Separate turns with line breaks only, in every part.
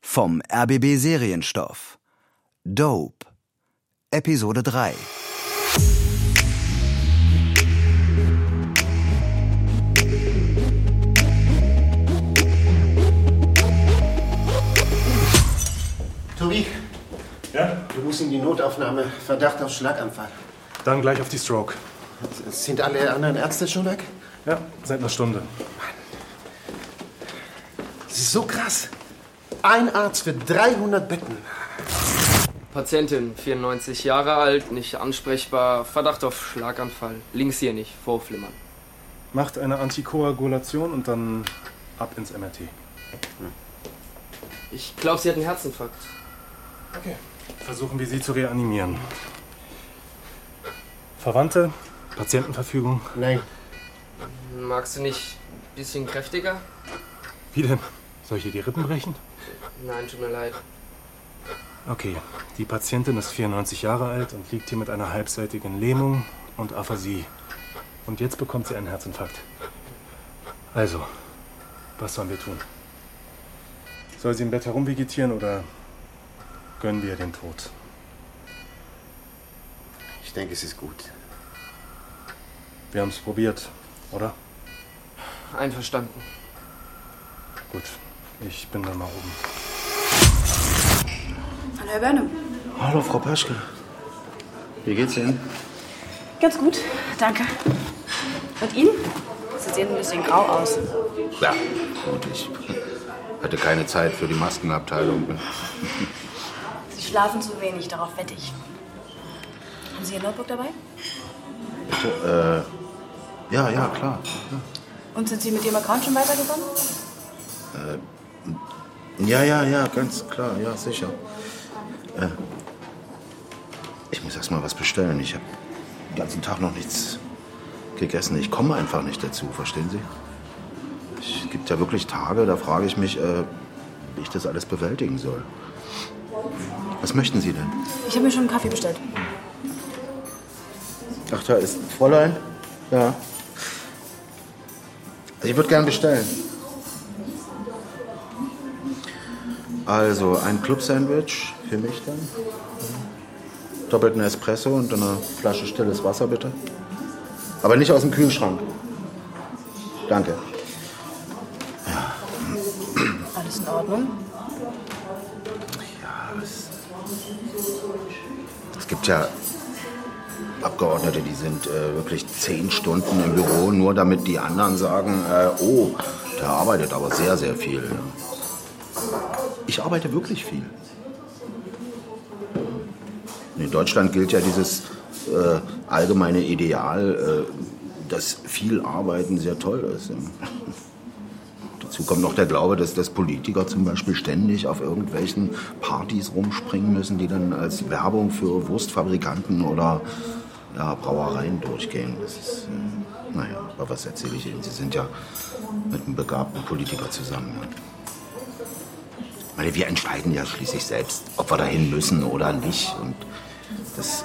Vom RBB Serienstoff. Dope. Episode 3.
Tobi,
Ja?
du musst in die Notaufnahme. Verdacht auf Schlaganfall.
Dann gleich auf die Stroke.
Sind alle anderen Ärzte schon weg?
Ja, seit einer Stunde.
Das ist so krass. Ein Arzt für 300 Betten.
Patientin, 94 Jahre alt, nicht ansprechbar, Verdacht auf Schlaganfall. Links hier nicht, vorflimmern.
Macht eine Antikoagulation und dann ab ins MRT.
Ich glaube, sie hat einen Herzinfarkt.
Okay. Versuchen wir sie zu reanimieren. Verwandte, Patientenverfügung.
Nein.
Magst du nicht ein bisschen kräftiger?
Wie denn? Soll ich ihr die Rippen brechen?
Nein, tut mir leid.
Okay, die Patientin ist 94 Jahre alt und liegt hier mit einer halbseitigen Lähmung und Aphasie. Und jetzt bekommt sie einen Herzinfarkt. Also, was sollen wir tun? Soll sie im Bett herumvegetieren oder gönnen wir ihr den Tod?
Ich denke, es ist gut.
Wir haben es probiert, oder?
Einverstanden.
Gut, ich bin dann mal oben.
Hallo, Herr Bernum.
Hallo, Frau Paschke. Wie geht's Ihnen?
Ganz gut, danke. Und Ihnen? Sie sehen ein bisschen grau aus.
Ja, gut. Ich hatte keine Zeit für die Maskenabteilung.
Sie schlafen zu wenig, darauf wette ich. Haben Sie Ihr Notebook dabei?
Bitte? Äh, ja, ja, klar.
Und sind Sie mit Ihrem Account schon weitergekommen?
Äh, Ja, ja, ja, ganz klar. Ja, sicher. Äh, ich muss erst mal was bestellen. Ich habe den ganzen Tag noch nichts gegessen. Ich komme einfach nicht dazu, verstehen Sie? Es gibt ja wirklich Tage, da frage ich mich, äh, wie ich das alles bewältigen soll. Was möchten Sie denn?
Ich habe mir schon einen Kaffee bestellt.
Ach, da ist ein Fräulein. Ja. Also ich würde gern bestellen. Also ein Club-Sandwich für mich dann. Doppelten Espresso und eine Flasche stilles Wasser bitte. Aber nicht aus dem Kühlschrank. Danke.
Alles in Ordnung?
Es gibt ja Abgeordnete, die sind äh, wirklich zehn Stunden im Büro, nur damit die anderen sagen, äh, oh, der arbeitet aber sehr, sehr viel. ne? Ich arbeite wirklich viel. In Deutschland gilt ja dieses äh, allgemeine Ideal, äh, dass viel Arbeiten sehr toll ist. Dazu kommt noch der Glaube, dass, dass Politiker zum Beispiel ständig auf irgendwelchen Partys rumspringen müssen, die dann als Werbung für Wurstfabrikanten oder ja, Brauereien durchgehen. Das ist, äh, naja, aber was erzähle ich Ihnen? Sie sind ja mit einem begabten Politiker zusammen. Ja. Ich meine, wir entscheiden ja schließlich selbst, ob wir dahin müssen oder nicht. Und das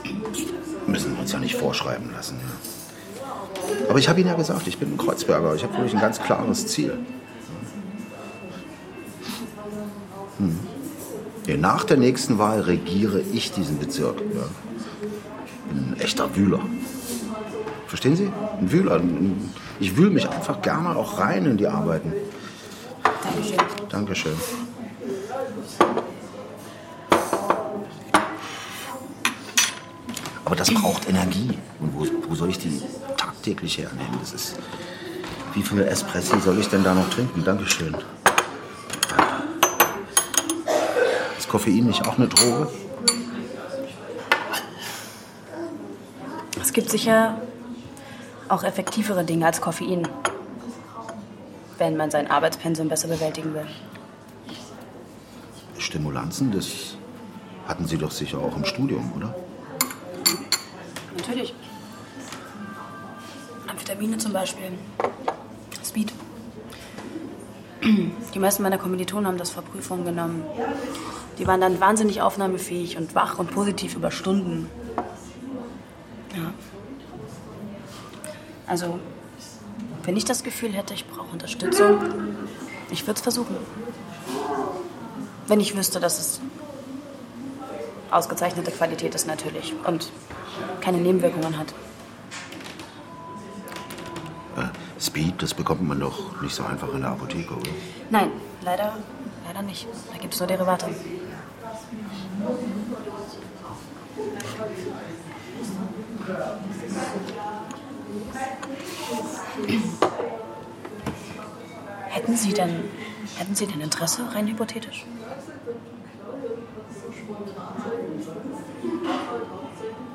müssen wir uns ja nicht vorschreiben lassen. Ja. Aber ich habe Ihnen ja gesagt, ich bin ein Kreuzberger. Ich habe wirklich ein ganz klares Ziel. Nee, Hm. Nach der nächsten Wahl regiere ich diesen Bezirk. Ja. Bin ein echter Wühler. Verstehen Sie? Ein Wühler. Ein- Ich wühle mich einfach gerne auch rein in die Arbeiten.
Dankeschön.
Dankeschön. Aber das braucht Energie. Und wo, wo soll ich die tagtäglich hernehmen? Das ist. Wie viel Espresso soll ich denn da noch trinken? Dankeschön. Ist Koffein nicht auch eine Droge?
Es gibt sicher auch effektivere Dinge als Koffein, wenn man sein Arbeitspensum besser bewältigen will.
Stimulanzen, das hatten Sie doch sicher auch im Studium, oder?
Natürlich. Amphetamine zum Beispiel. Speed. Die meisten meiner Kommilitonen haben das vor Prüfungen genommen. Die waren dann wahnsinnig aufnahmefähig und wach und positiv über Stunden. Ja. Also, wenn ich das Gefühl hätte, ich brauche Unterstützung, ich würde es versuchen. Wenn ich wüsste, dass es ausgezeichnete Qualität ist natürlich und keine Nebenwirkungen hat.
Äh, Speed, das bekommt man doch nicht so einfach in der Apotheke, oder?
Nein, leider, leider nicht. Da gibt es nur Derivate. Hätten Sie denn, hätten Sie denn Interesse, rein hypothetisch?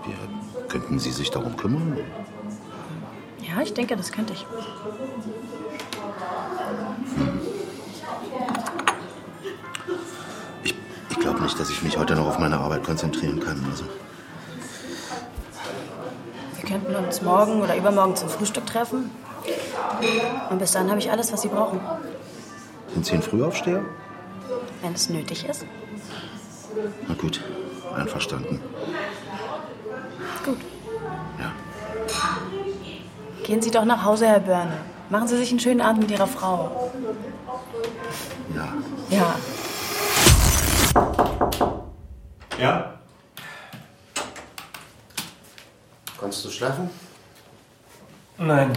Ja, könnten Sie sich darum kümmern?
Ja, ich denke, das könnte ich.
Ich, ich glaube nicht, dass ich mich heute noch auf meine Arbeit konzentrieren kann. Also,
Wir könnten uns morgen oder übermorgen zum Frühstück treffen. Und bis dahin habe ich alles, was Sie brauchen.
sind Sie ein Frühaufsteher?
Wenn es nötig ist.
Na gut, einverstanden.
Gut.
Ja.
Gehen Sie doch nach Hause, Herr Börne. Machen Sie sich einen schönen Abend mit Ihrer Frau.
Ja.
Ja.
Ja?
Kannst du schlafen?
Nein.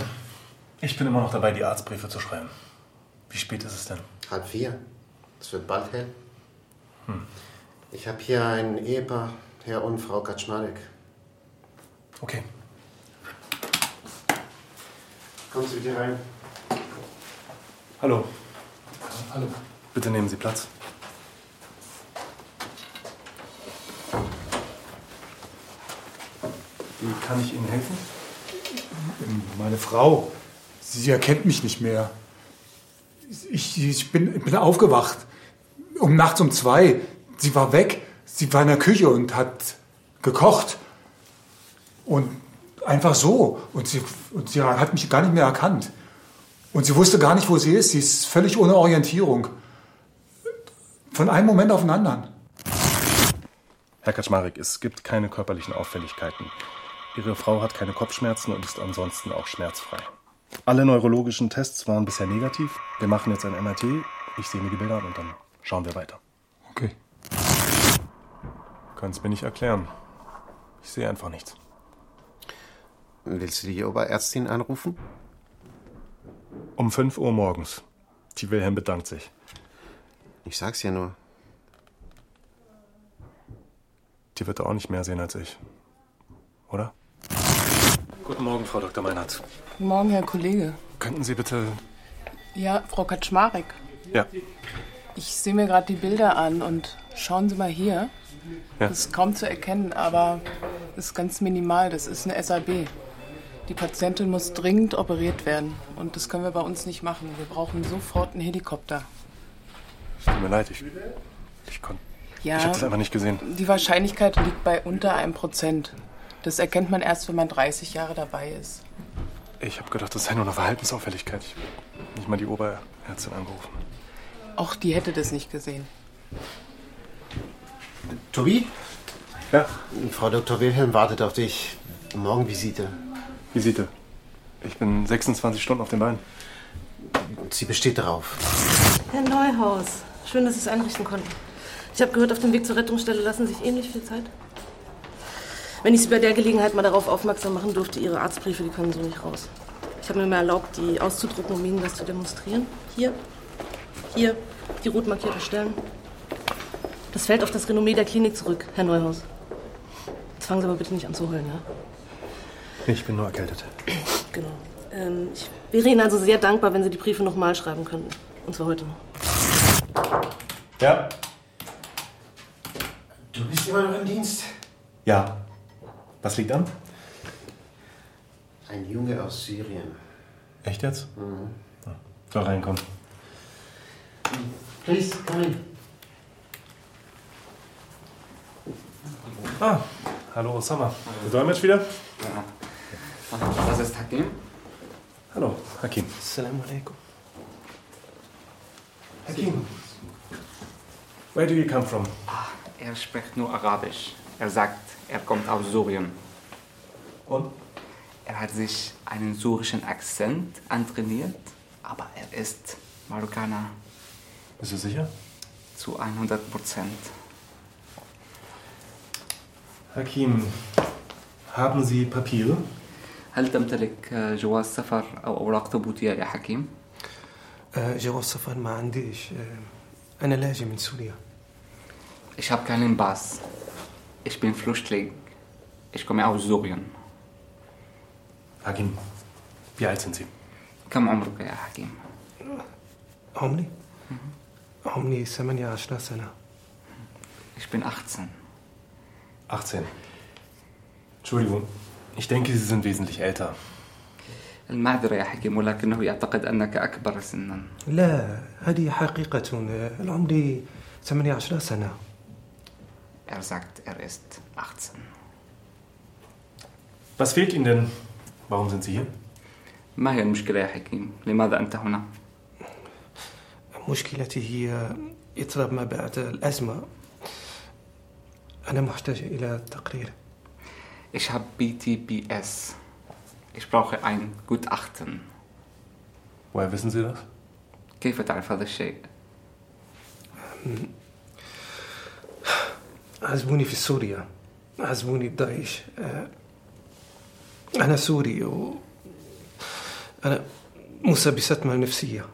Ich bin immer noch dabei, die Arztbriefe zu schreiben. Wie spät ist es denn?
Halb vier. Es wird bald hell.
Hm.
Ich habe hier ein Ehepaar, Herr und Frau Kaczmarek.
Okay.
Kommen Sie bitte rein.
Hallo. Hallo. Bitte nehmen Sie Platz. Wie kann ich Ihnen helfen?
Meine Frau, sie erkennt mich nicht mehr. Ich, ich bin, bin aufgewacht. Um nachts um zwei. Sie war weg. Sie war in der Küche und hat gekocht. Und einfach so. Und sie, und sie hat mich gar nicht mehr erkannt. Und sie wusste gar nicht, wo sie ist. Sie ist völlig ohne Orientierung. Von einem Moment auf den anderen.
Herr Kaczmarek, es gibt keine körperlichen Auffälligkeiten. Ihre Frau hat keine Kopfschmerzen und ist ansonsten auch schmerzfrei. Alle neurologischen Tests waren bisher negativ. Wir machen jetzt ein MRT. Ich sehe mir die Bilder an und dann schauen wir weiter.
Okay.
Können es mir nicht erklären. Ich sehe einfach nichts.
Willst du die Oberärztin anrufen?
Um 5 Uhr morgens. Die Wilhelm bedankt sich.
Ich sag's ja nur.
Die wird er auch nicht mehr sehen als ich. Oder? Guten Morgen, Frau Dr. Meinert.
Guten Morgen, Herr Kollege.
Könnten Sie bitte.
Ja, Frau Kaczmarek.
Ja,
Ich sehe mir gerade die Bilder an und schauen Sie mal hier.
Ja.
Das ist kaum zu erkennen, aber ist ganz minimal. Das ist eine SAB. Die Patientin muss dringend operiert werden und das können wir bei uns nicht machen. Wir brauchen sofort einen Helikopter.
es tut mir leid. Ich, ich konnte.
Ja,
Ich habe das einfach nicht gesehen.
die Wahrscheinlichkeit liegt bei unter einem Prozent. Das erkennt man erst, wenn man 30 Jahre dabei ist.
Ich habe gedacht, das sei nur eine Verhaltensauffälligkeit. Ich hab nicht mal die Oberärztin angerufen.
Auch die hätte das nicht gesehen.
Tobi?
Ja,
Frau Dr. Wilhelm wartet auf dich. Morgen Visite.
Visite. Ich bin 26 Stunden auf den Beinen.
Sie besteht darauf.
Herr Neuhaus, schön, dass Sie es einrichten konnten. Ich habe gehört, auf dem Weg zur Rettungsstelle lassen sich ähnlich viel Zeit. Wenn ich Sie bei der Gelegenheit mal darauf aufmerksam machen durfte, Ihre Arztbriefe, die können so nicht raus. Ich habe mir mal erlaubt, die auszudrucken, um Ihnen was zu demonstrieren. Hier, hier, die rot markierten Stellen. Das fällt auf das Renommee der Klinik zurück, Herr Neuhaus. Jetzt fangen Sie aber bitte nicht an zu heulen, ja?
Ich bin nur erkältet.
Genau. Ähm, ich wäre Ihnen also sehr dankbar, wenn Sie die Briefe nochmal schreiben könnten. Und zwar heute noch.
Ja?
Du bist immer noch im Dienst.
Ja. Was liegt an?
Ein Junge aus Syrien.
Echt jetzt? Mhm. Soll reinkommen.
Please, komm rein.
Ah, hallo Osama. Der Dolmetsch wieder?
Was ist Hakim?
Hallo, Hakim.
Assalamu alaikum.
Hakim. Where do you come from?
Er spricht nur Arabisch. Er sagt, er kommt aus Syrien.
Und?
Er hat sich einen syrischen Akzent antrainiert, aber er ist Marokkaner.
Bist du sicher?
Zu 100 Prozent.
Hakim, haben Sie Papiere?
هل تمتلك آه، جواز سفر أو أوراق ثبوتية يا حكيم؟
آه، جواز سفر ما عنديش آه، أنا لاجئ من سوريا
Ich habe keinen Pass. Ich bin Flüchtling. Ich komme aus Syrien.
Hakim, wie alt sind Sie?
كم عمرك يا حكيم؟
عمري
Mhm.
عمري 18 سنة
Ich bin 18.
18. Entschuldigung, ich denke, Sie sind wesentlich älter.
المعذرة يا حكيم ولكنه يعتقد أنك أكبر سنا.
لا هذه حقيقة آه، العمر 18 سنة
Er sagt, er ist 18.
Was fehlt Ihnen denn? Warum sind Sie hier?
ما هي المشكلة يا حكيم؟ لماذا أنت هنا؟
مشكلتي هي إضراب ما بعد الأزمة أنا محتاج إلى تقرير
Ich habe BTPS. Ich brauche ein Gutachten.
Woher wissen Sie das?
كيف تعرف هذا الشيء؟
عزبوني في سوريا عزبوني بداعش آه، أنا سوري و أنا مصاب بصدمة نفسية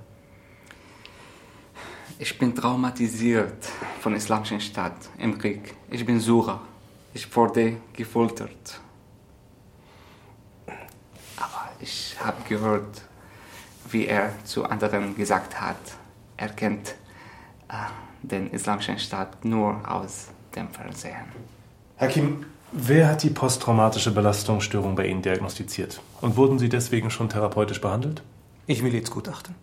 Ich bin traumatisiert von Islamischen Staat im Krieg. Ich bin Sucher. Ich wurde gefoltert. Aber ich habe gehört, wie er zu anderen gesagt hat, er kennt äh, den Islamischen Staat nur aus dem Fernsehen.
Hakim, wer hat die posttraumatische Belastungsstörung bei Ihnen diagnostiziert? Und wurden Sie deswegen schon therapeutisch behandelt?
Ich will jetzt Gutachten.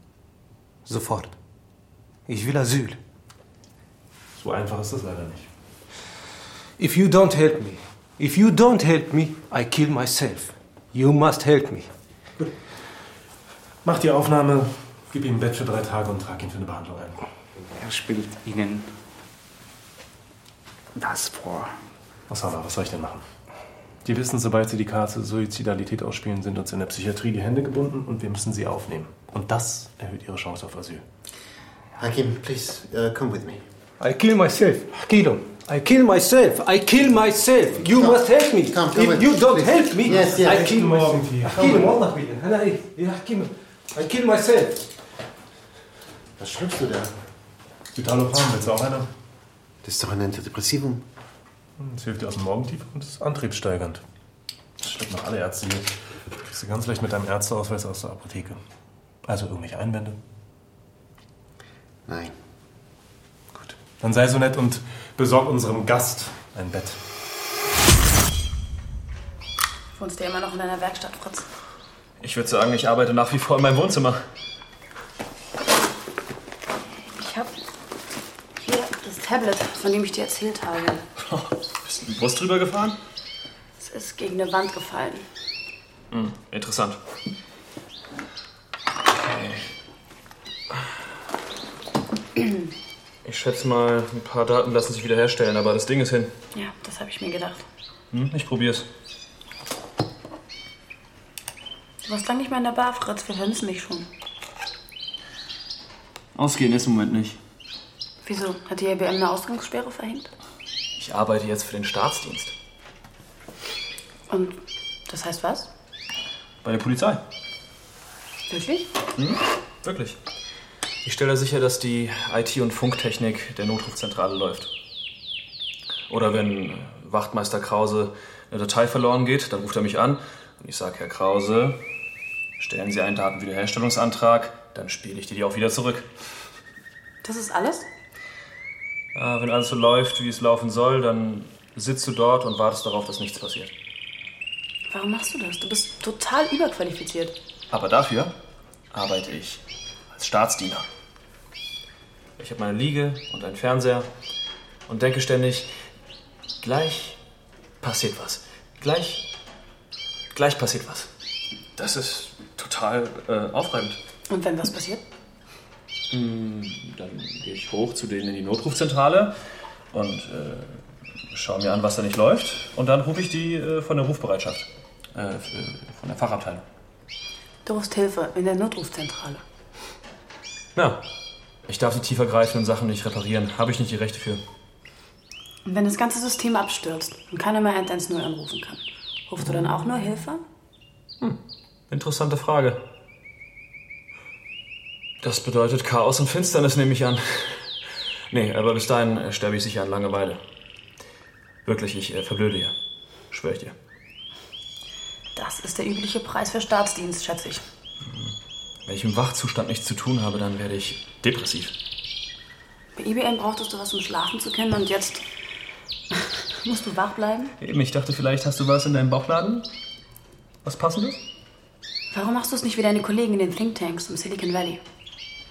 Sofort. Ich will Asyl.
So einfach ist das leider nicht.
If you don't help me, if you don't help me, I kill myself. You must help me.
Mach die Aufnahme, gib ihm ein Bett für drei Tage und trag ihn für eine Behandlung ein.
Er spielt ihnen das vor.
Osama, was soll ich denn machen? Die wissen, sobald sie die Karte Suizidalität ausspielen, sind uns in der Psychiatrie die Hände gebunden und wir müssen sie aufnehmen. Und das erhöht ihre Chance auf Asyl.
Hakim, please, uh, come with me.
I kill myself. Kilo. I kill myself. I kill myself. You must help me.
Come, come
If
with
you
me,
don't
please.
help me,
Yes, yes.
I kill myself. أحكيلهم والله بينا. أنا إيه يا أحكيلهم. I kill myself.
Was schluckst du da?
Citalopram, willst du auch einer? Hm,
Das ist doch ein Antidepressivum.
Das hilft dir aus dem Morgentief und ist antriebssteigernd. Das schlägt noch alle Ärzte hier. Kriegst du ganz leicht mit deinem Ärzteausweis aus der Apotheke. Also irgendwelche Einwände?
Nein.
Gut. Dann sei so nett und besorg unserem Gast ein Bett.
Wohnst du immer noch in deiner Werkstatt, Fritz?
Ich würde sagen, ich arbeite nach wie vor in meinem Wohnzimmer.
Ich hab hier das Tablet, von dem ich dir erzählt habe.
Bist du mit dem Bus drüber gefahren?
Es ist gegen eine Wand gefallen.
Hm, interessant. Okay. Ich schätze mal, ein paar Daten lassen sich wiederherstellen, aber das Ding ist hin.
Ja, das habe ich mir gedacht.
Hm, ich probier's.
Du warst lange nicht mehr in der Bar, Fritz. Wir vermissen dich schon.
Ausgehen ist im Moment nicht.
Wieso? Hat die IBM eine Ausgangssperre verhängt?
Ich arbeite jetzt für den Staatsdienst.
Und das heißt was?
Bei der Polizei.
Wirklich?
Wirklich. Ich stelle sicher, dass die IT- und Funktechnik der Notrufzentrale läuft. Oder wenn äh, Wachtmeister Krause eine Datei verloren geht, dann ruft er mich an und ich sage, Herr Krause, stellen Sie einen Datenwiederherstellungsantrag, dann spiele ich dir die auch wieder zurück.
Das ist alles?
Ah, wenn alles so läuft, wie es laufen soll, dann sitzt du dort und wartest darauf, dass nichts passiert.
Warum machst du das? Du bist total überqualifiziert.
Aber dafür arbeite ich als Staatsdiener. Ich habe meine Liege und einen Fernseher und denke ständig, gleich passiert was. Gleich, gleich passiert was. Das ist total äh, aufreibend.
Und wenn was passiert?
Hm, Dann gehe ich hoch zu denen in die Notrufzentrale und äh, schaue mir an, was da nicht läuft. Und dann rufe ich die äh, von der Rufbereitschaft, äh, f- äh, von der Fachabteilung.
Du rufst Hilfe in der Notrufzentrale.
Na, Ich darf die tiefergreifenden Sachen nicht reparieren. Habe ich nicht die Rechte für.
Und wenn das ganze System abstürzt und keiner mehr 110 anrufen kann, rufst du dann auch nur Hilfe?
Interessante Frage. Das bedeutet Chaos und Finsternis, nehme ich an. Nee, aber bis dahin äh, sterbe ich sicher an Langeweile. Wirklich, ich äh, verblöde hier. Schwör ich dir.
Das ist der übliche Preis für Staatsdienst, schätze ich.
Wenn ich im Wachzustand nichts zu tun habe, dann werde ich depressiv.
Bei IBM brauchtest du was, um schlafen zu können und jetzt musst du wach bleiben?
Eben, ich dachte, vielleicht hast du was in deinem Bauchladen? Was passendes?
Warum machst du es nicht wie deine Kollegen in den Thinktanks im Silicon Valley?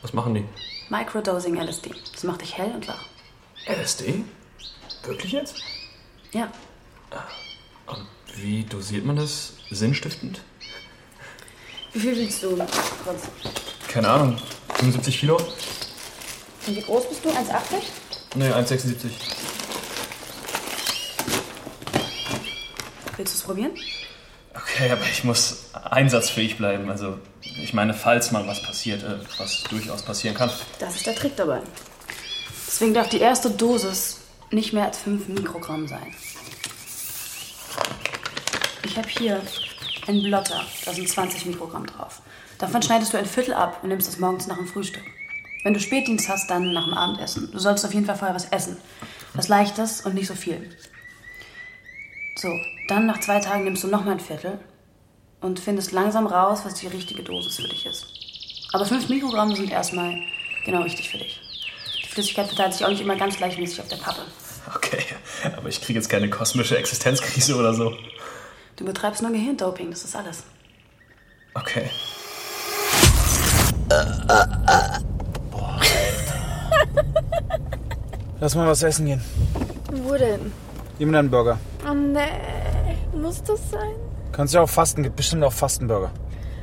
Was machen die?
Microdosing LSD. Das macht dich hell und wach.
LSD? Wirklich jetzt?
Ja,
Wie dosiert man das? Sinnstiftend?
Wie viel wiegst du? Franz?
Keine Ahnung. 75 Kilo?
Und wie groß bist du? 1,80?
Nee, 1,76.
Willst du es probieren?
Okay, aber ich muss einsatzfähig bleiben. Also, ich meine, falls mal was passiert, äh, was durchaus passieren kann.
Das ist der Trick dabei. Deswegen darf die erste Dosis nicht mehr als 5 Mikrogramm sein. Ich habe hier einen Blotter, da sind 20 Mikrogramm drauf. Davon schneidest du ein Viertel ab und nimmst es morgens nach dem Frühstück. Wenn du Spätdienst hast, dann nach dem Abendessen. Du solltest auf jeden Fall vorher was essen. Was Leichtes und nicht so viel. So, dann nach zwei Tagen nimmst du nochmal ein Viertel und findest langsam raus, was die richtige Dosis für dich ist. Aber 5 Mikrogramm sind erstmal genau richtig für dich. Die Flüssigkeit verteilt sich auch nicht immer ganz gleichmäßig auf der Pappe.
Okay, aber ich kriege jetzt keine kosmische Existenzkrise oder so.
Du betreibst nur Gehirndoping, das ist alles.
Okay.
Lass mal was essen gehen.
Wo denn?
Gib mir deinen Burger.
Oh nee, ne, muss das sein?
Kannst ja auch fasten, gibt bestimmt auch Fastenburger.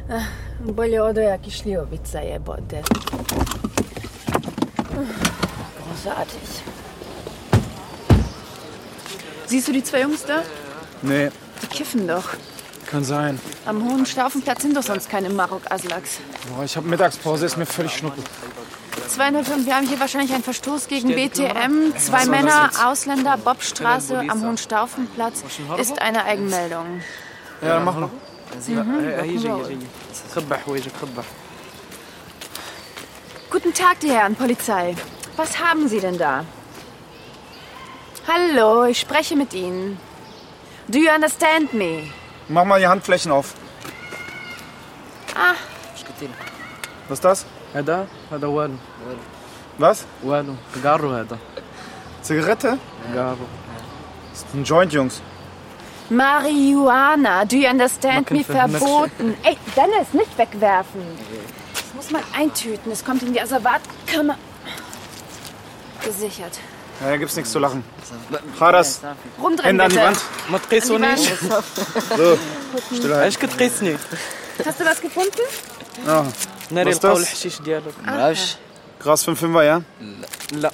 Ach, Bolje odo jak ich Liovica jebote. Großartig. Siehst du die zwei Jungs da?
Nee,
Die kiffen doch.
kann sein.
Am hohen Schlafenplatz sind doch sonst keine Marok-Aslaks.
Boah, ich habe Mittagspause, ist mir völlig schnuppe.
205, wir haben hier wahrscheinlich einen Verstoß gegen
Stell die
BTM. Zwei
Was soll das
Männer,
jetzt?
Ausländer, Bobstraße am hohen Staufenplatz ist eine Eigenmeldung.
Ja, mach noch.
Mhm. Guten Tag, die Herren Polizei. Was haben Sie denn da? Hallo, ich spreche mit Ihnen. Do you understand me?
Mach mal die Handflächen auf.
Ah,
Was ist das?
هذا هذا والو
Was?
والو قارو هذا
Zigarette?
قارو
Ist ein Joint, Jungs.
Marihuana, do you understand
Man
me?
kann verhindert-
Verboten. Ey, Dennis, nicht wegwerfen. Das muss man eintüten. Es kommt in die Asservatkammer. Gesichert.
Ja, da gibt's nichts zu lachen. Haras,
Rumdrehen,
Hände an die
bitte.
Wand.
An die Wand.
So, stille halt.
كتغيثني
Hast du was gefunden?
Ja.
ناري
Was ist
لقاو
das?
الحشيش ديالو
Ah,
عاش. Gras 5-5er, ja?
لا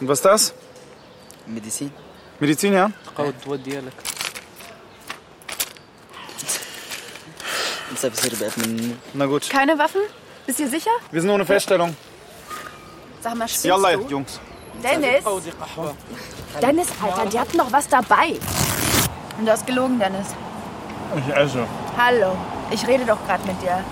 Und was ist das?
ميديسين
Medizin, ja?
لقاو الدواء ديالك
Na gut.
Keine Waffen? Bist du dir sicher?
Wir sind ohne Feststellung.
Sag mal, spielst
Yalla,
du?
Jungs.
Dennis!
Oh,
Dennis, Alter, die hatten noch was dabei. Und du hast gelogen, Dennis.
Ich esse.
Hallo, ich rede doch gerade mit dir.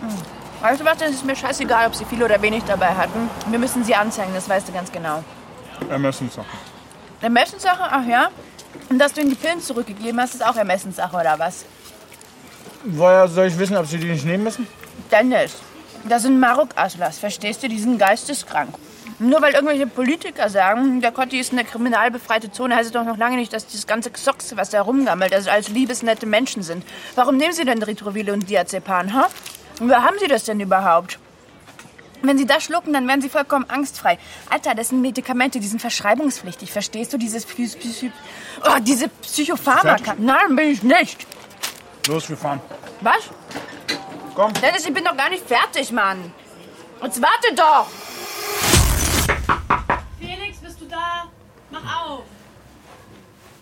Hm. Weißt du was, es ist mir scheißegal, ob sie viel oder wenig dabei hatten. Wir müssen sie anzeigen, das weißt du ganz genau.
Ermessenssache.
Ermessenssache, ach ja. Und dass du ihnen die Pillen zurückgegeben hast, ist auch Ermessenssache, oder was?
Woher soll ich wissen, ob sie die nicht nehmen müssen?
Dennis, das sind Marok-Aslas, verstehst du? Die sind geisteskrank. Nur weil irgendwelche Politiker sagen, der Kotti ist eine kriminalbefreite Zone, heißt es doch noch lange nicht, dass dieses ganze Gesocks, was da rumgammelt, also als liebesnette Menschen sind. Warum nehmen sie denn Ritroville und Diazepam, ha? Und Wo haben sie das denn überhaupt? Wenn sie das schlucken, dann werden sie vollkommen angstfrei. Alter, das sind Medikamente, die sind verschreibungspflichtig, verstehst du? Dieses Psy Psy oh, diese Psychopharmaka.
Fertig?
Nein, bin ich nicht.
Los, wir fahren.
Was?
Komm.
Dennis, ich bin doch gar nicht fertig, Mann. Jetzt warte doch.
Felix, bist du da? Mach auf!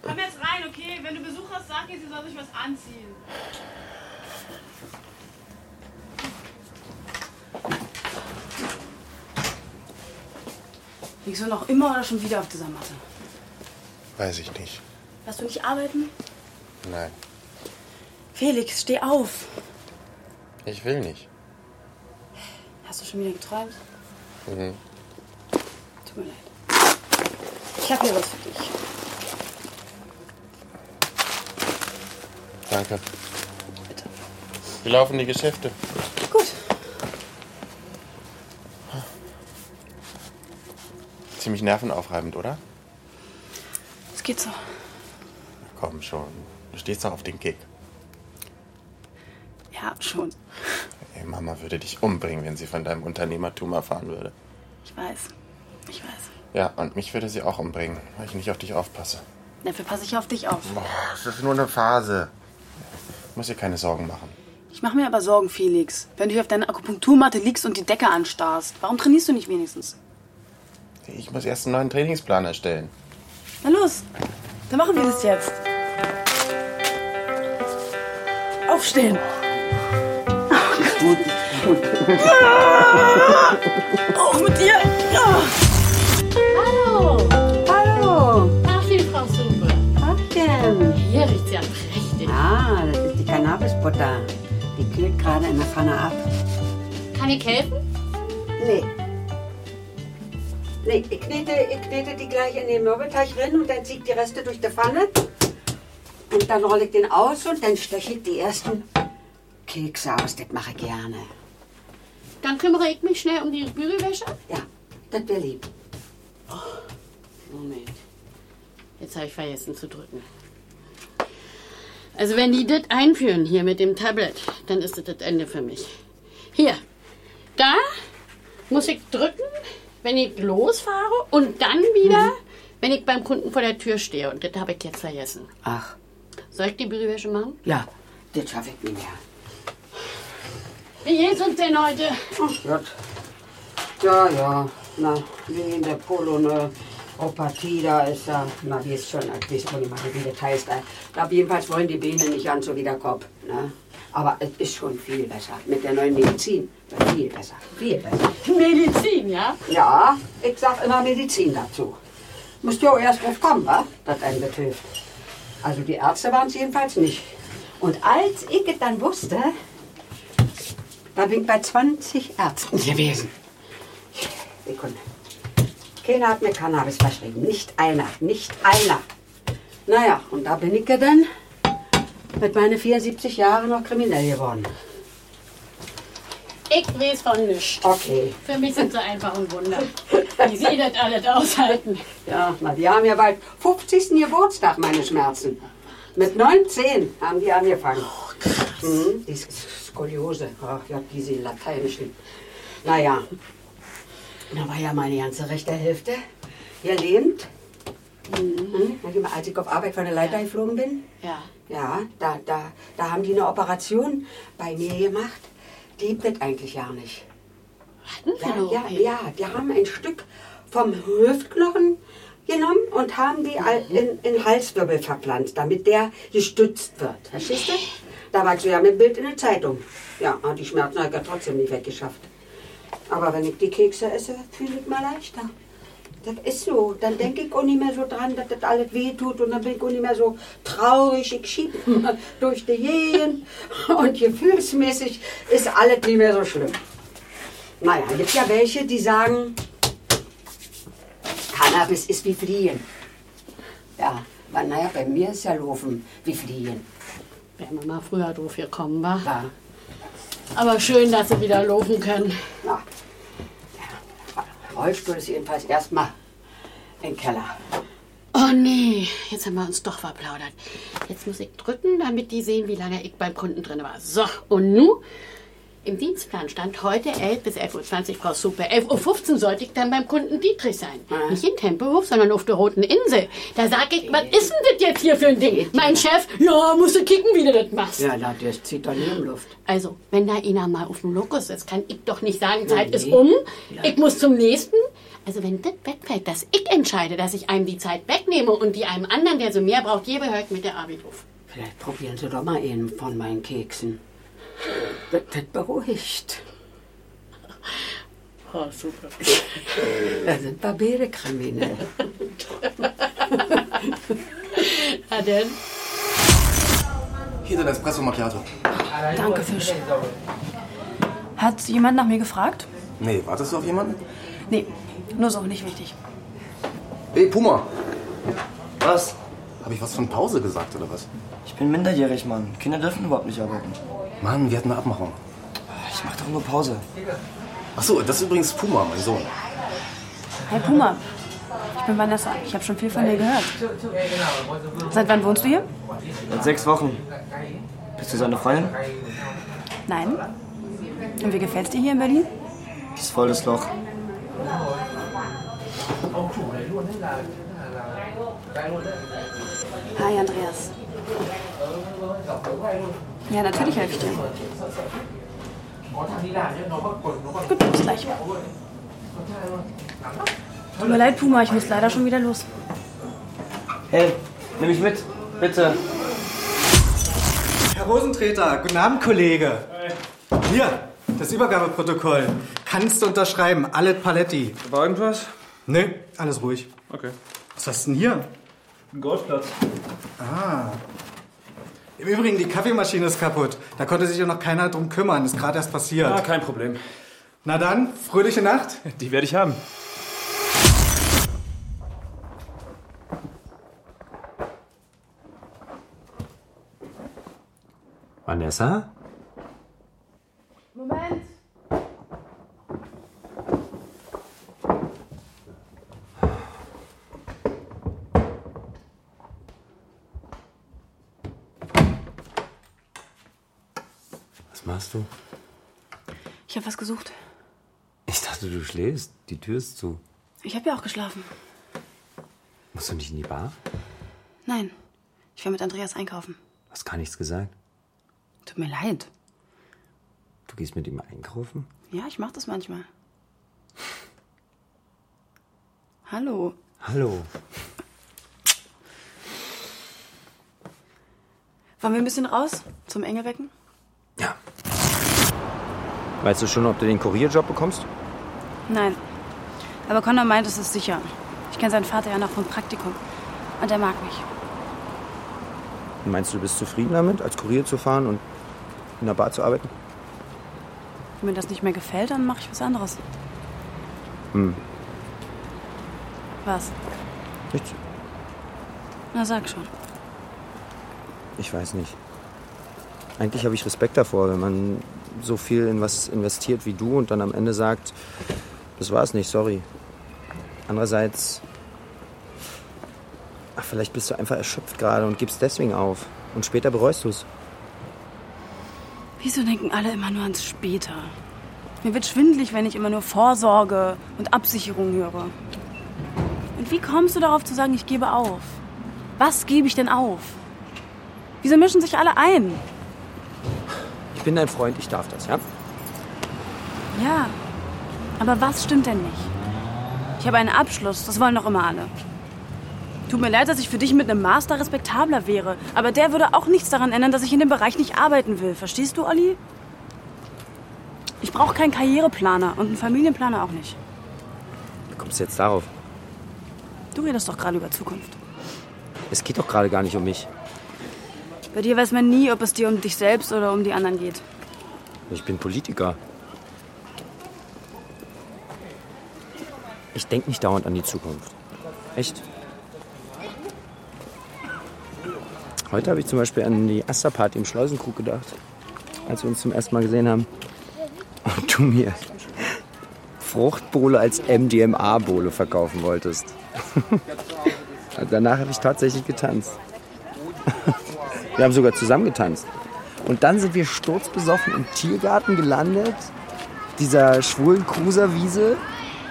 Komm jetzt rein, okay? Wenn du Besuch hast, sag ihr, sie soll sich was anziehen.
Liegst du noch immer oder schon wieder auf dieser Matte?
Weiß ich nicht.
Lass du nicht arbeiten?
Nein,
Felix, steh auf.
ich will nicht.
Hast du schon wieder geträumt?
Mhm.
Tut mir leid. Ich hab hier was für dich.
Danke. Wie laufen die Geschäfte?
Gut.
Ziemlich nervenaufreibend, oder?
Es geht so.
Komm schon. Du stehst doch auf den Kick.
Ja, schon.
Ey, Mama würde dich umbringen, wenn sie von deinem Unternehmertum erfahren würde.
Ich weiß. Ich weiß.
Ja, und mich würde sie auch umbringen, weil ich nicht auf dich aufpasse.
Dafür passe ich auf dich auf.
Boah, es ist nur eine Phase. Du musst dir keine Sorgen machen.
Ich mache mir aber Sorgen, Felix. Wenn du hier auf deiner Akupunkturmatte liegst und die Decke anstarrst, warum trainierst du nicht wenigstens?
Ich muss erst einen neuen Trainingsplan erstellen.
Na los, dann machen wir das jetzt. Aufstehen. Auch mit dir.
Hallo! Hallo! Ach, viel Frau Suppe.
denn?
Hier riecht's ja prächtig.
Ah, das ist die Cannabisbutter. Die kühlt gerade in der Pfanne ab.
Kann ich helfen?
Nee. Nee, ich knete, ich knete die gleich in den Mürbeteig rein und dann ziehe ich die Reste durch die Pfanne. Und dann rolle ich den aus und dann steche ich die ersten Kekse aus. Das mache ich gerne.
Dann kümmere ich mich schnell um die Bügelwäsche.
Ja, das wäre lieb.
Oh, Moment. Jetzt habe ich vergessen zu drücken. Also wenn die das einführen hier mit dem Tablet, dann ist das das Ende für mich. Hier, da muss ich drücken, wenn ich losfahre und dann wieder, wenn ich beim Kunden vor der Tür stehe. Und das habe ich jetzt vergessen.
Ach,
Soll ich die Bügelwäsche machen?
ja, das schaffe ich nicht mehr.
Wie geht's uns denn heute?
Gott. Ja, ja. Na, wie in der Polo, ne? Opathie, da ist ja, na, wie ist schon, ich weiß auch nicht mal, wie das heißt. äh, Ich glaube, jedenfalls wollen die Beine nicht an, so wie der Kopf, ne? Aber es ist schon viel besser. Mit der neuen Medizin. Viel besser. Viel besser.
Medizin, ja?
Ja, ich sag immer Medizin dazu. Müsst ihr auch erst drauf kommen, wa? Das einem das hilft. Also die Ärzte waren es jedenfalls nicht. Und als ich es dann wusste, da bin ich bei 20 Ärzten gewesen. Sekunde. Keiner hat mir Cannabis verschrieben. Nicht einer. Nicht einer. Naja, und da bin ich ja dann mit meinen 74 Jahren noch kriminell geworden.
Ich weiß von nichts.
Okay.
Für mich sind sie einfach ein Wunder. Wie sie das alles aushalten.
Ja, na, die haben ja bald 50. Geburtstag, meine Schmerzen. Mit 19 haben die angefangen.
Oh,
Mhm, die Sk- Skoliose, ach ja, diese lateinischen. Naja, da war ja meine ganze rechte Hälfte gelähmt. Mhm. Mhm. Als ich auf Arbeit von der Leiter geflogen bin,
Ja.
ja, da, da, da haben die eine Operation bei mir gemacht. Die gibt es eigentlich gar nicht. Ja, ja, ja, die haben ein Stück vom Hüftknochen genommen und haben die all- in, in Halswirbel verpflanzt, damit der gestützt wird. Verstehst du? Da war ich so ja mit Bild in der Zeitung. Ja, aber die Schmerzen hat er trotzdem nicht weggeschafft. Aber wenn ich die Kekse esse, fühle ich mal leichter. Das ist so. Dann denke ich auch nicht mehr so dran, dass das alles wehtut. Und dann bin ich auch nicht mehr so traurig. Ich schiebe durch die Jehen. Und gefühlsmäßig ist alles nicht mehr so schlimm. Naja, gibt ja welche, die sagen, Cannabis ist wie Fliehen. Ja, aber naja, bei mir ist ja Laufen wie Fliehen.
Wäre man mal früher doof gekommen, war.
Ja.
Aber schön, dass sie wieder laufen können.
Na, der Rollstuhl ist jedenfalls erstmal im Keller.
Oh nee, jetzt haben wir uns doch verplaudert. Jetzt muss ich drücken, damit die sehen, wie lange ich beim Kunden drin war. So, und nu? Im Dienstplan stand heute 11 bis 11.20 Uhr, Frau Suppe. 11.15 Uhr sollte ich dann beim Kunden Dietrich sein.
Ah.
Nicht in Tempelhof, sondern auf der Roten Insel. Da sag ich, was ist denn das jetzt hier für ein Ding? Mein Chef, ja, musst du kicken, wie du das machst.
Ja, na, der zieht doch nie um Luft.
Also, wenn da einer mal auf dem Lokus ist, kann ich doch nicht sagen, Zeit ist um, ich muss zum nächsten. Also, wenn das wegfällt, dass ich entscheide, dass ich einem die Zeit wegnehme und die einem anderen, der so mehr braucht, gebe, höre ich mit der Arbeit auf.
Vielleicht probieren Sie doch mal einen von meinen Keksen. Das, das beruhigt.
Oh, super.
Da sind Barberekriminelle.
Na denn?
Hier ist ein Espresso Macchiato.
Danke, Fisch. Hat jemand nach mir gefragt?
Nee, wartest du auf jemanden?
Nee, nur so, nicht wichtig.
Hey, Puma.
Was?
Habe ich was von Pause gesagt oder was?
Ich bin minderjährig, Mann. Kinder dürfen überhaupt nicht arbeiten. Ah,
Mann, wir hatten eine Abmachung.
Ich mach doch nur Pause.
Achso, das ist übrigens Puma, mein Sohn.
Hey Puma, ich bin Vanessa. Ich habe schon viel von dir gehört. Seit wann wohnst du hier?
Seit sechs Wochen. Bist du seine Freundin?
Nein. Und wie gefällt's dir hier in Berlin?
Ist voll das Loch.
Hi, Andreas. Ja, natürlich helfe ich dir. Gut, bis gleich. Tut mir leid, Puma, ich muss leider schon wieder los.
Hey, nimm mich mit. Bitte.
Herr Rosentreter, guten Abend, Kollege. Hier, das Übergabeprotokoll. Kannst du unterschreiben, alle Paletti. War irgendwas? Nee, alles ruhig. Okay. Was hast du denn hier?
Ein Golfplatz.
Ah. Im Übrigen, die Kaffeemaschine ist kaputt. Da konnte sich ja noch keiner drum kümmern. Ist gerade erst passiert.
Ah, kein Problem.
Na dann, fröhliche Nacht.
Die werde ich haben.
Vanessa?
Moment.
Was machst du?
Ich habe was gesucht.
Ich dachte, du schläfst. Die Tür ist zu.
Ich habe ja auch geschlafen.
Musst du nicht in die Bar?
Nein, ich war mit Andreas einkaufen.
Hast gar nichts gesagt.
Tut mir leid.
Du gehst mit ihm einkaufen?
Ja, ich mache das manchmal. Hallo.
Hallo.
Wollen wir ein bisschen raus zum Engelwecken?
Weißt du schon, ob du den Kurierjob bekommst?
Nein. Aber Connor meint, es ist sicher. Ich kenne seinen Vater ja noch vom Praktikum. Und er mag mich.
Und Meinst du, du bist zufrieden damit, als Kurier zu fahren und in der Bar zu arbeiten?
Wenn mir das nicht mehr gefällt, dann mache ich was anderes.
Hm,
Was?
nichts.
Na, sag schon.
Ich weiß nicht. Eigentlich habe ich Respekt davor, wenn man so viel in was investiert wie du und dann am Ende sagt, das war es nicht, sorry. Andererseits, ach, vielleicht bist du einfach erschöpft gerade und gibst deswegen auf. Und später bereust du es.
Wieso denken alle immer nur ans Später? Mir wird schwindelig, wenn ich immer nur Vorsorge und Absicherung höre. Und wie kommst du darauf zu sagen, ich gebe auf? Was gebe ich denn auf? Wieso mischen sich alle ein?
Ich bin dein Freund, ich darf das, ja?
Ja, aber was stimmt denn nicht? Ich habe einen Abschluss, das wollen doch immer alle. Tut mir leid, dass ich für dich mit einem Master respektabler wäre, aber der würde auch nichts daran ändern, dass ich in dem Bereich nicht arbeiten will. Verstehst du, Olli? Ich brauche keinen Karriereplaner und einen Familienplaner auch nicht.
Wie kommst du jetzt darauf?
Du redest doch gerade über Zukunft.
Es geht doch gerade gar nicht um mich.
Bei dir weiß man nie, ob es dir um dich selbst oder um die anderen geht.
Ich bin Politiker. Ich denke nicht dauernd an die Zukunft. Echt? Heute habe ich zum Beispiel an die Asterparty im Schleusenkrug gedacht, als wir uns zum ersten Mal gesehen haben. Und du mir Fruchtbowle als MDMA-Bowle verkaufen wolltest. Also Danach habe ich tatsächlich getanzt. Wir haben sogar zusammen getanzt. Und dann sind wir sturzbesoffen im Tiergarten gelandet, dieser schwulen Cruiserwiese.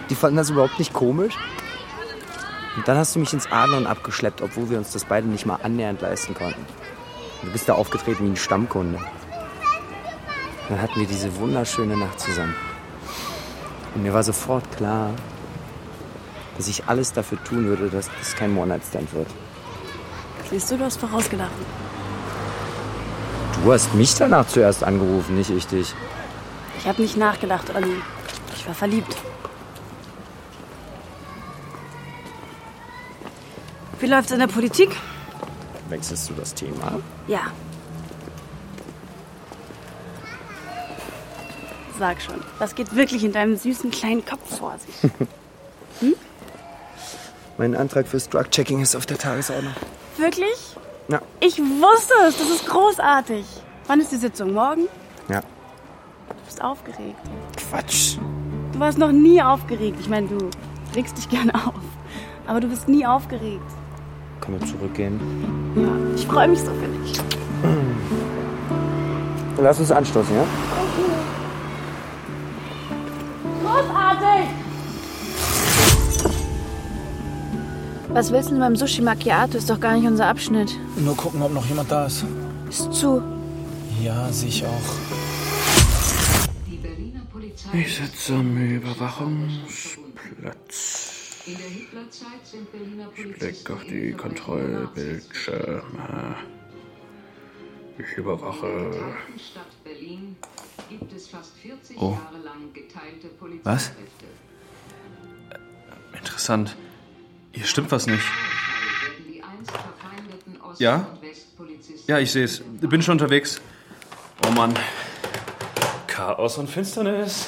Die fanden das überhaupt nicht komisch. Und dann hast du mich ins Adlon abgeschleppt, obwohl wir uns das beide nicht mal annähernd leisten konnten. Du bist da aufgetreten wie ein Stammkunde. Und Dann hatten wir diese wunderschöne Nacht zusammen. Und mir war sofort klar, dass ich alles dafür tun würde, dass das kein One-Night-Stand wird.
Siehst du, du hast vorausgedacht.
Du hast mich danach zuerst angerufen, nicht ich dich.
Ich habe nicht nachgedacht, Olli.
Ich war verliebt. Wie läuft's in der Politik?
Wechselst du das Thema?
Ja.
Sag schon, was geht wirklich in deinem süßen kleinen Kopf vor sich?
Mein Antrag fürs Drug-Checking ist auf der Tagesordnung.
Wirklich?
Ja.
Ich wusste es, das ist großartig. Wann ist die Sitzung? Morgen?
Ja.
Du bist aufgeregt.
Quatsch.
Du warst noch nie aufgeregt. Ich meine, du regst dich gerne auf. Aber du bist nie aufgeregt.
Können wir zurückgehen?
Ja, ich freue mich so für dich.
Lass uns anstoßen, ja?
Großartig!
Was willst du denn beim Sushi Macchiato? Ist doch gar nicht unser Abschnitt.
Nur gucken, ob noch jemand da ist.
Ist zu.
Ja, sehe ich auch.
Ich sitze am Überwachungsplatz. Ich blick auf die Kontrollbildschirme. Ich
äh,
überwache.
Oh. Was? Interessant. Hier stimmt was nicht. Ja? Ja, ich sehe es. Bin schon unterwegs. Oh Mann. Chaos und Finsternis.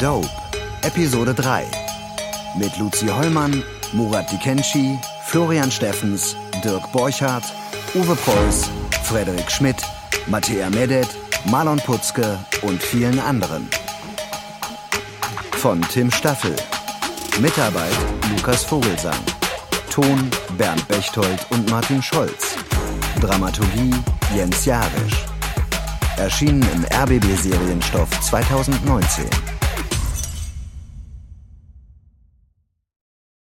Dope, Episode 3. Mit Luzi Hollmann, Murat Dikenci, Florian Steffens, Dirk Borchardt, Uwe Preuß, Frederik Schmidt, Mattea Medet, Marlon Putzke und vielen anderen. Von Tim Staffel. Mitarbeit Lukas Vogelsang. Ton Bernd Bechtold und Martin Scholz. Dramaturgie Jens Jarisch. Erschienen im RBB Serienstoff 2019.